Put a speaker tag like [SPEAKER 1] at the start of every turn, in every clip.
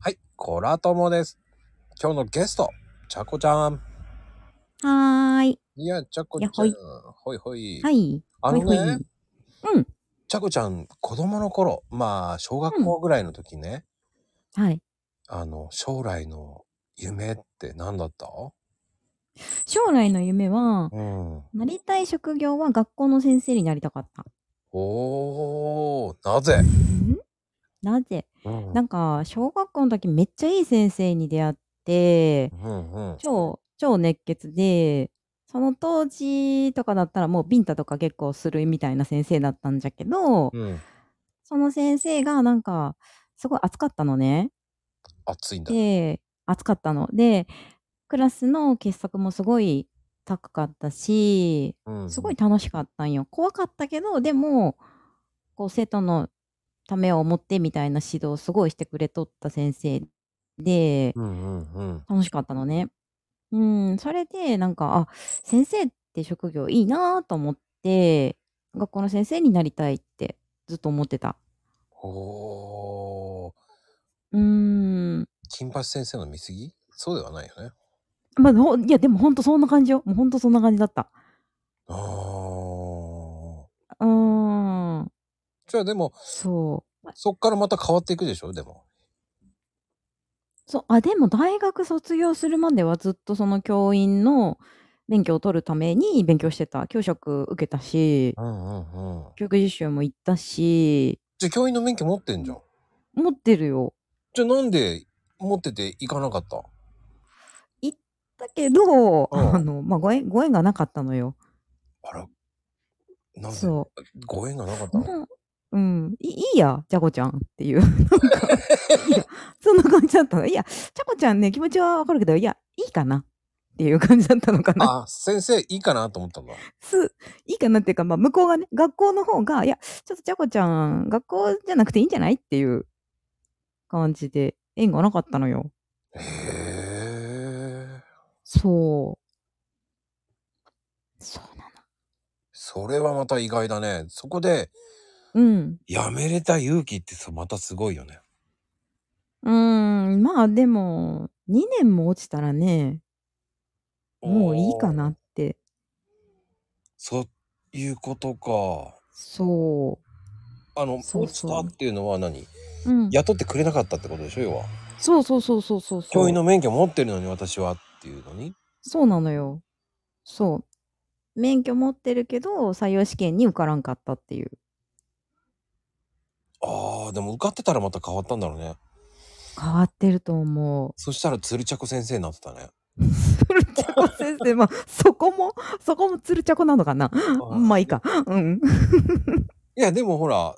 [SPEAKER 1] はい、コラトモです。今日のゲスト、ちゃこちゃん。
[SPEAKER 2] はーい。
[SPEAKER 1] いや、ちゃこちゃん。
[SPEAKER 2] いや
[SPEAKER 1] ほいほい。
[SPEAKER 2] はい。
[SPEAKER 1] あのね
[SPEAKER 2] ほいほいうん。
[SPEAKER 1] ちゃこちゃん、子供の頃、まあ、小学校ぐらいの時ね、
[SPEAKER 2] はい。
[SPEAKER 1] あの、将来の夢って何だった
[SPEAKER 2] 将来の夢は、
[SPEAKER 1] うん。
[SPEAKER 2] なりたい職業は学校の先生になりたかった。
[SPEAKER 1] おー、なぜ、
[SPEAKER 2] んなぜ
[SPEAKER 1] うん、
[SPEAKER 2] なんか、小学校の時めっちゃいい先生に出会って、
[SPEAKER 1] うんうん。
[SPEAKER 2] 超、超熱血で、その当時とかだったらもうビンタとか結構するみたいな先生だったんじゃけど、
[SPEAKER 1] うん。
[SPEAKER 2] その先生がなんか、すごい熱かったのね。
[SPEAKER 1] 暑いんだ。
[SPEAKER 2] で、暑かったの。で、クラスの傑作もすごい高かったし、
[SPEAKER 1] うん。
[SPEAKER 2] すごい。楽しかったんよ。怖かったけど、でも、こう、生徒のためを思ってみたいな指導をすごいしてくれとった先生で、
[SPEAKER 1] うんうんうん。
[SPEAKER 2] 楽しかったのね。うん、それで、なんか、あ、先生って職業いいなぁと思って、学校の先生になりたいってずっと思ってた。
[SPEAKER 1] おー、
[SPEAKER 2] うーん、
[SPEAKER 1] 金八先生の見過ぎそうではないよね。
[SPEAKER 2] まあ、ほんいや、でも本当そんな感じよ。もう本当そんな感じだった。
[SPEAKER 1] あー。
[SPEAKER 2] うーん、
[SPEAKER 1] じゃあでも、
[SPEAKER 2] そう。
[SPEAKER 1] そっからまた変わっていくでしょでも。
[SPEAKER 2] そう、あ、でも大学卒業するまではずっとその教員の免許を取るために勉強してた。教職受けたし、
[SPEAKER 1] うんうんうん。
[SPEAKER 2] 教育実習も行ったし、
[SPEAKER 1] じゃあ教員の免許持ってんじゃん。
[SPEAKER 2] 持ってるよ。
[SPEAKER 1] じゃあなんで持ってて行かなかった
[SPEAKER 2] だけど、
[SPEAKER 1] うん
[SPEAKER 2] あの、まあ、ご縁、ご縁がなかったのよ。
[SPEAKER 1] あら。なんで
[SPEAKER 2] そ
[SPEAKER 1] ご縁がなかった
[SPEAKER 2] う。
[SPEAKER 1] の
[SPEAKER 2] もううん、いいいや、じゃこちゃんっていう。 なんか、いや、そんな感じだったの。いや、じゃこちゃんね、気持ちはわかるけど、いや、いいかなっていう感じだったのかな。
[SPEAKER 1] あ、先生いいかなと思ったんだ。
[SPEAKER 2] す、いいかなっていうか、まあ、向こうがね、学校の方が、いや、ちょっとちゃこちゃん、学校じゃなくていいんじゃないっていう感じで、縁がなかったのよ。
[SPEAKER 1] へえ。
[SPEAKER 2] そう。そうな
[SPEAKER 1] それはまた意外だね。そこで、
[SPEAKER 2] の。
[SPEAKER 1] やめれた勇気ってさ、またすごいよね。
[SPEAKER 2] うん。うーん、まあでも、2年も落ちたらね、もういいかな
[SPEAKER 1] おー。
[SPEAKER 2] って。
[SPEAKER 1] そういうことか。
[SPEAKER 2] そ
[SPEAKER 1] あの、
[SPEAKER 2] そうそう
[SPEAKER 1] 落ちたっていうのは何
[SPEAKER 2] う。うん。
[SPEAKER 1] 雇ってくれなかったってことでしょ要は。
[SPEAKER 2] そうそうそうそうそうそう。
[SPEAKER 1] 教員の免許持ってるのに私はっていうのに。
[SPEAKER 2] そうなのよ。そう。免許持ってるけど、採用試験に受からんかったっていう。
[SPEAKER 1] ああ、でも受かってたらまた変わったんだろうね。
[SPEAKER 2] 変わってると思う。
[SPEAKER 1] そしたら鶴ちゃこ先生になってたね。
[SPEAKER 2] 鶴ちゃこ先生、まあ、そこも、 そこも鶴ちゃこなのかな。まあいいか。うん。
[SPEAKER 1] いや、でもほら、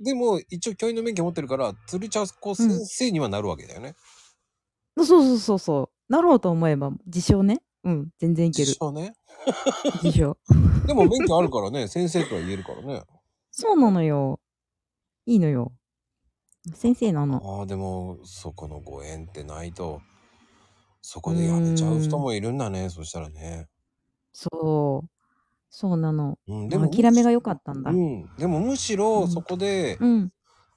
[SPEAKER 1] でも一応教員の免許持ってるから、鶴ちゃこ先生にはなるわけだよね。
[SPEAKER 2] そうそうそうそう。なろうと思えば、自称ね。うん。全然いける
[SPEAKER 1] 自。称ね。
[SPEAKER 2] 自称。
[SPEAKER 1] でも免許あるからね、 先生とは言えるからね。
[SPEAKER 2] そうなのよ。いいのよ。先生なの。
[SPEAKER 1] ああ、でも、そこのご縁ってないと、そこでやめちゃう人もいるんだね、そしたらね。
[SPEAKER 2] そう。そうなの。
[SPEAKER 1] うん、で
[SPEAKER 2] まあ
[SPEAKER 1] も、
[SPEAKER 2] 諦めが良かったんだ。
[SPEAKER 1] う
[SPEAKER 2] うん。
[SPEAKER 1] ん、でもむしろ
[SPEAKER 2] うん
[SPEAKER 1] そこで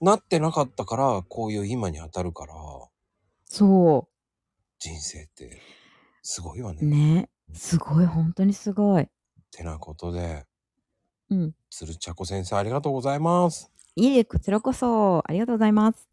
[SPEAKER 1] なってなかったから、こういう今に当たるから、
[SPEAKER 2] そ
[SPEAKER 1] 人生ってすごいわね。
[SPEAKER 2] う。ね。すごい。本当にすごい。
[SPEAKER 1] てなことで、
[SPEAKER 2] うん。
[SPEAKER 1] 鶴ちゃこ先生ありがとうございます。
[SPEAKER 2] いえいえ、こちらこそ。ありがとうございます。